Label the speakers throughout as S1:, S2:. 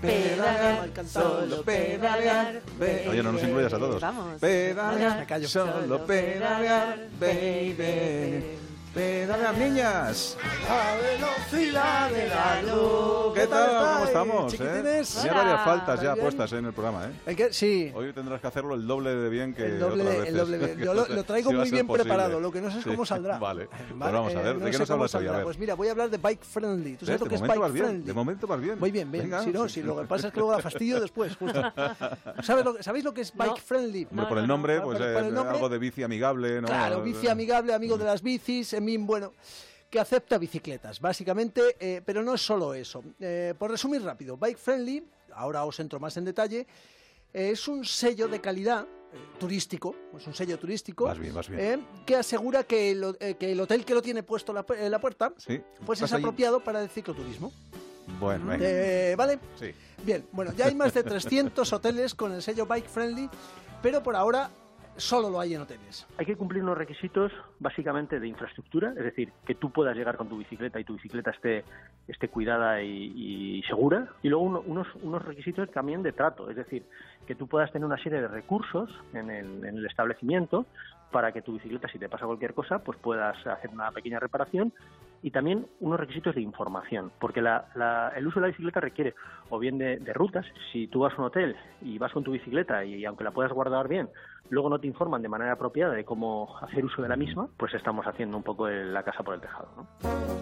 S1: pedalear, solo pedalear. baby.
S2: Oye, no nos incluyas a todos.
S1: Vamos.
S3: Pedalear,
S1: Me
S3: callo.
S1: Solo pedalear, baby.
S2: Pedalear, niñas.
S3: La velocidad de
S1: la luz.
S2: ¿Qué tal? ¿Cómo estamos? Eh?
S3: chiquitines?
S2: Tenía
S1: Hola.
S2: varias faltas ya
S3: ¿Estáis bien?
S2: puestas eh, en el programa. ¿eh?
S3: Hay que- Sí,
S2: Hoy tendrás que hacerlo el doble de bien que
S3: el doble,
S2: otras
S3: de-
S2: veces.
S3: el doble de- Yo lo, lo traigo
S2: Sí va a
S3: muy
S2: ser
S3: bien
S2: posible.
S3: preparado, lo que no sé es
S2: Sí.
S3: cómo saldrá.
S2: Vale, pues
S3: Vale,
S2: vamos a
S3: eh,
S2: ver.
S3: no
S2: ¿De qué
S3: sé
S2: nos
S3: cómo
S2: hablas hoy? A
S3: saldrá.
S2: ver.
S3: Pues mira, voy a hablar de bike friendly. ¿Tú
S2: ¿Ves?
S3: sabes lo
S2: De este
S3: que es
S2: momento
S3: bike
S2: vas bien,
S3: friendly?
S2: de momento vas bien.
S3: Muy bien, bien.
S2: Venga,
S3: si no,
S2: sí,
S3: si
S2: sí.
S3: lo que pasa es que luego la fastidio después, justo. ¿Sabes lo que- ¿Sabéis lo que es bike
S1: No.
S3: friendly?
S2: Hombre,
S1: No,
S2: por el
S1: no, no,
S2: nombre,
S3: por-
S2: pues
S3: por
S2: eh,
S3: el nombre.
S2: algo de bici amigable, ¿no? Mm.
S3: Claro, bici amigable, amigo de las bicis, en fin, bueno, que acepta bicicletas, básicamente, eh, pero no es solo eso. Eh, por resumir rápido, Bike Friendly, ahora os entro más en detalle, eh, es un sello de calidad eh, turístico, es un sello turístico
S2: Mm. Vas bien, vas bien.
S3: eh, que asegura que el, ho- eh, que el hotel que lo tiene puesto la, pu- en la puerta
S2: Sí.
S3: pues es
S2: ¿Estás ahí?
S3: apropiado para el cicloturismo.
S2: Bueno, venga.
S3: Eh, ¿Vale?
S2: Sí.
S3: Bien, bueno, ya hay más de 300 hoteles con el sello Bike Friendly, pero por ahora solo lo hay en hoteles.
S4: Hay que cumplir unos requisitos básicamente de infraestructura, es decir, que tú puedas llegar con tu bicicleta y tu bicicleta esté, esté cuidada y, y segura. Y luego uno- unos, unos requisitos también de trato, es decir, que tú puedas tener una serie de recursos en el, en el establecimiento para que tu bicicleta, si te pasa cualquier cosa, pues puedas hacer una pequeña reparación. Y también unos requisitos de información, porque la- la- el uso de la bicicleta requiere o bien de, de rutas, si tú vas a un hotel y vas con tu bicicleta y aunque la puedas guardar bien, luego no te informan de manera apropiada de cómo hacer uso de la misma, pues estamos haciendo un poco el- la casa por el tejado. ¿no?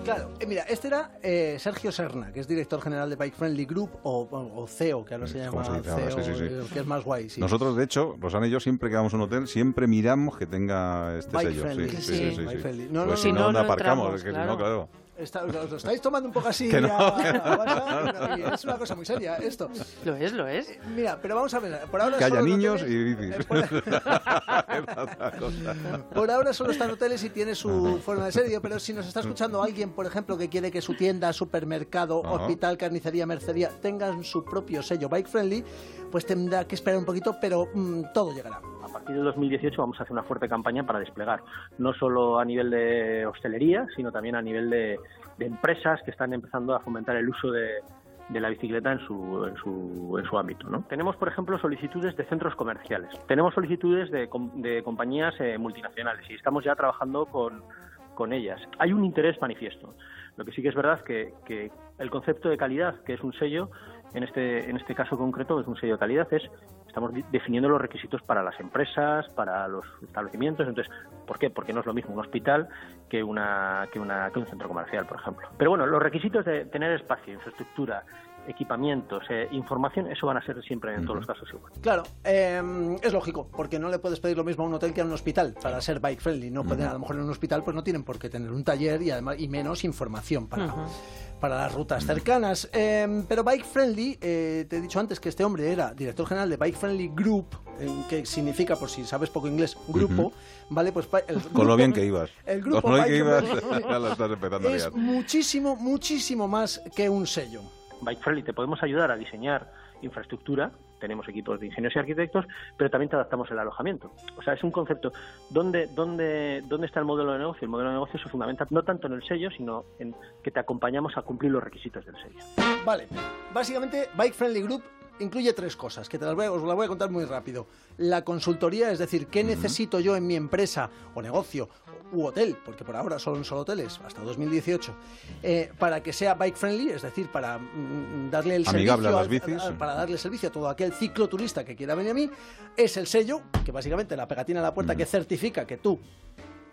S3: Claro, eh, mira, este era eh, Sergio Serna, que es director general de Bike Friendly Group, o, o- o CEO, que ahora se
S2: ¿Cómo Mm, se
S3: llama
S2: dice ahora?
S3: CEO,
S2: Sí, sí, sí.
S3: eh, que es más guay, sí.
S2: Nosotros, de hecho, Rosana y yo, siempre que vamos a un hotel, siempre miramos que tenga este
S3: Bike
S2: sello.
S3: friendly.
S2: Sí,
S1: Sí,
S2: sí, sí. sí,
S3: bike
S2: sí.
S3: friendly. No, no,
S2: pues
S3: no,
S2: si
S3: no,
S2: no,
S1: no
S2: aparcamos.
S1: entramos,
S2: es que si
S1: claro.
S2: no, claro.
S3: Está- os lo estáis tomando un poco así.
S2: Que no.
S3: a- a WhatsApp, y es una cosa muy seria esto. Eh,
S1: Lo es, lo es.
S3: Mira, pero vamos a ver. Por ahora
S2: Que haya
S3: solo en
S2: niños
S3: hoteles-
S2: y bicis.
S3: eh, por- Por ahora solo está en hoteles y tiene su forma de serio, pero si nos está escuchando alguien, por ejemplo, que quiere que su tienda, supermercado,
S2: Ajá.
S3: hospital, carnicería, mercería tengan su propio sello bike friendly, pues tendrá que esperar un poquito, pero mm, todo llegará.
S4: A partir de 2018 vamos a hacer una fuerte campaña para desplegar, no solo a nivel de hostelería, sino también a nivel de, de empresas que están empezando a fomentar el uso de, de la bicicleta en su, en su, en su ámbito. ¿no? Tenemos, por ejemplo, solicitudes de centros comerciales, tenemos solicitudes de, com- de compañías eh, multinacionales y estamos ya trabajando con, con ellas. Hay un interés manifiesto. Lo que sí que es verdad que, que el concepto de calidad, que es un sello, en este, en este caso concreto es un sello de calidad, es estamos di- definiendo los requisitos para las empresas, para los establecimientos. Entonces, ¿por qué? Porque no es lo mismo un hospital que, una, que, una, que un centro comercial, por ejemplo. Pero bueno, los requisitos de tener espacio, infraestructura, equipamientos, eh, información, eso van a ser siempre en todos los casos igual.
S3: Claro, eh, es lógico, porque no le puedes pedir lo mismo a un hotel que a un hospital para ser bike friendly. No pueden, a lo mejor en un hospital pues no tienen por qué tener un taller y además y menos información para, para las rutas cercanas. Eh, pero bike friendly, eh, te he dicho antes que este hombre era director general de Bike Friendly Group, eh, que significa, por si sabes poco inglés, grupo, ¿vale? Pues pa- el
S2: Con
S3: grupo-
S2: lo bien que ibas.
S3: El grupo
S2: Con lo bien que ibas,
S3: Bike Friendly
S2: ya lo estás empezando a
S3: es
S2: liar.
S3: muchísimo, muchísimo más que un sello.
S4: Bike Friendly te podemos ayudar a diseñar infraestructura, tenemos equipos de ingenieros y arquitectos, pero también te adaptamos el alojamiento. O sea, es un concepto. ¿Dónde, dónde, dónde está el modelo de negocio? El modelo de negocio se fundamenta no tanto en el sello, sino en que te acompañamos a cumplir los requisitos del sello.
S3: Vale, básicamente Bike Friendly Group incluye tres cosas que te las voy, a- os las voy a contar muy rápido. La consultoría, es decir, qué necesito yo en mi empresa o negocio u hotel, porque por ahora son solo hoteles, hasta 2018, eh, para que sea bike friendly, es decir, para mm, darle el
S2: Amigable
S3: servicio
S2: a las bicis.
S3: a- para darle servicio a todo aquel cicloturista que quiera venir a mí, es el sello, que básicamente la pegatina de la puerta que certifica que tú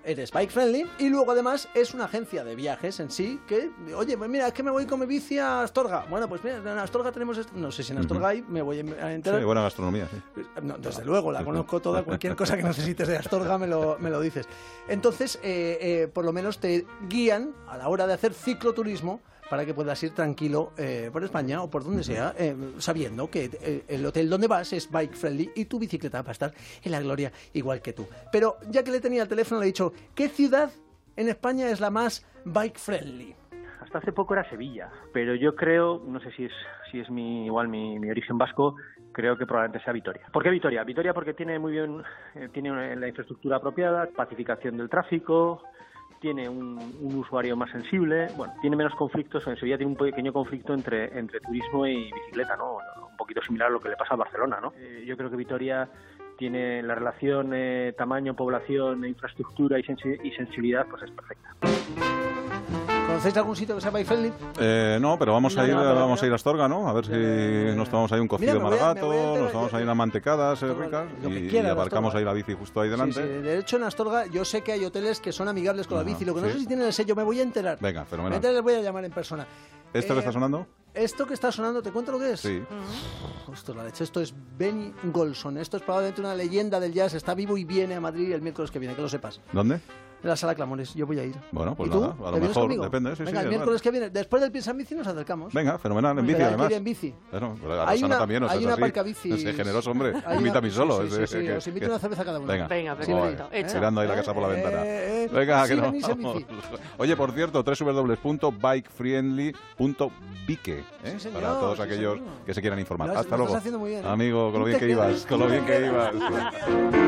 S3: eres bike friendly y luego además es una agencia de viajes en sí que oye pues mira es que me voy con mi bici a Astorga bueno pues mira en Astorga tenemos esto no sé si en Astorga hay me voy a enterar
S2: Sí, buena gastronomía, sí.
S3: Pues, no, desde luego, la conozco toda. Cualquier cosa que necesites de Astorga me lo, me lo dices. Entonces, eh, eh, por lo menos te guían a la hora de hacer cicloturismo para que puedas ir tranquilo eh, por España o por donde sea, eh, sabiendo que eh, el hotel donde vas es bike friendly y tu bicicleta va a estar en la gloria igual que tú. Pero ya que le tenía el teléfono, le he dicho, ¿qué ciudad en España es la más bike friendly?
S4: Hasta hace poco era Sevilla, pero yo creo, no sé si es, si es mi, igual mi, mi origen vasco, creo que probablemente sea Vitoria. ¿Por qué Vitoria? Vitoria porque tiene muy bien, eh, tiene una- la infraestructura apropiada, pacificación del tráfico, tiene un, un usuario más sensible, bueno, tiene menos conflictos, en Sevilla tiene un pequeño conflicto entre, entre turismo y bicicleta, ¿no? Un poquito similar a lo que le pasa a Barcelona, ¿no? Eh, yo creo que Vitoria tiene la relación eh, tamaño, población, infraestructura y, sensi- y sensibilidad, pues es perfecta.
S3: ¿Conocéis algún sitio que sea bike friendly?
S2: Eh, no, pero vamos a
S3: No,
S2: ir,
S3: no, no, no.
S2: vamos a ir a Astorga, ¿no? A ver si nos tomamos ahí un cocido
S3: Mira, me voy a- me
S2: maragato,
S3: voy a enterar-
S2: nos tomamos ahí unas mantecadas eh,
S3: Todo lo-
S2: ricas
S3: lo que
S2: y,
S3: quiera
S2: y
S3: de
S2: aparcamos
S3: Astorga.
S2: ahí la bici justo ahí
S3: Sí, sí.
S2: delante.
S3: De hecho, en Astorga yo sé que hay hoteles que son amigables con la
S2: Ajá,
S3: bici. Lo que no
S2: sí.
S3: sé si tienen el sello, me voy a enterar.
S2: Venga,
S3: Me
S2: fenomenal.
S3: enteraré, les voy a llamar en persona.
S2: ¿Esto
S3: Eh,
S2: que está sonando?
S3: Esto que está sonando, ¿te cuento lo que es?
S2: Sí.
S3: Esto, la leche. Esto es Benny Golson. Esto es probablemente una leyenda del jazz. Está vivo y viene a Madrid el miércoles que viene, que lo sepas.
S2: ¿Dónde?
S3: En la sala Clamores, yo voy a ir.
S2: Bueno, pues
S3: ¿Y tú?
S2: nada, a
S3: ¿Te
S2: lo
S3: vienes
S2: mejor,
S3: conmigo?
S2: depende, sí, sí,
S3: Venga, el
S2: es
S3: miércoles que viene, después del Piensa en Bici nos acercamos.
S2: Venga, fenomenal, en
S3: Porque
S2: bici
S3: hay que ir
S2: además.
S3: en bici.
S2: Bueno, pero
S3: Hay
S2: a Rosana
S3: una-
S2: también, o sea,
S3: hay
S2: es
S3: una
S2: así.
S3: parcabicis.
S2: Es generoso, hombre.
S3: Hay
S2: Invita a
S3: una-
S2: mí solo.
S3: sí, sí,
S2: es de-
S3: sí, sí,
S2: que-
S3: os invito a una cerveza cada uno.
S2: Venga,
S1: Venga,
S2: Joder,
S1: perfecto, hecho.
S2: Tirando ahí la casa por la
S3: Eh,
S2: ventana.
S3: eh, eh,
S2: Venga,
S3: sí,
S2: que no.
S3: venís en bici.
S2: Oye, por cierto, www.bikefriendly.bique. ¿eh?
S3: Sí, señor,
S2: Para todos
S3: sí,
S2: aquellos
S3: señor.
S2: que se quieran informar.
S3: Lo has-
S2: Hasta
S3: lo
S2: luego.
S3: estás haciendo muy bien, ¿eh?
S2: Amigo, con lo bien que ibas. Con lo bien que ibas.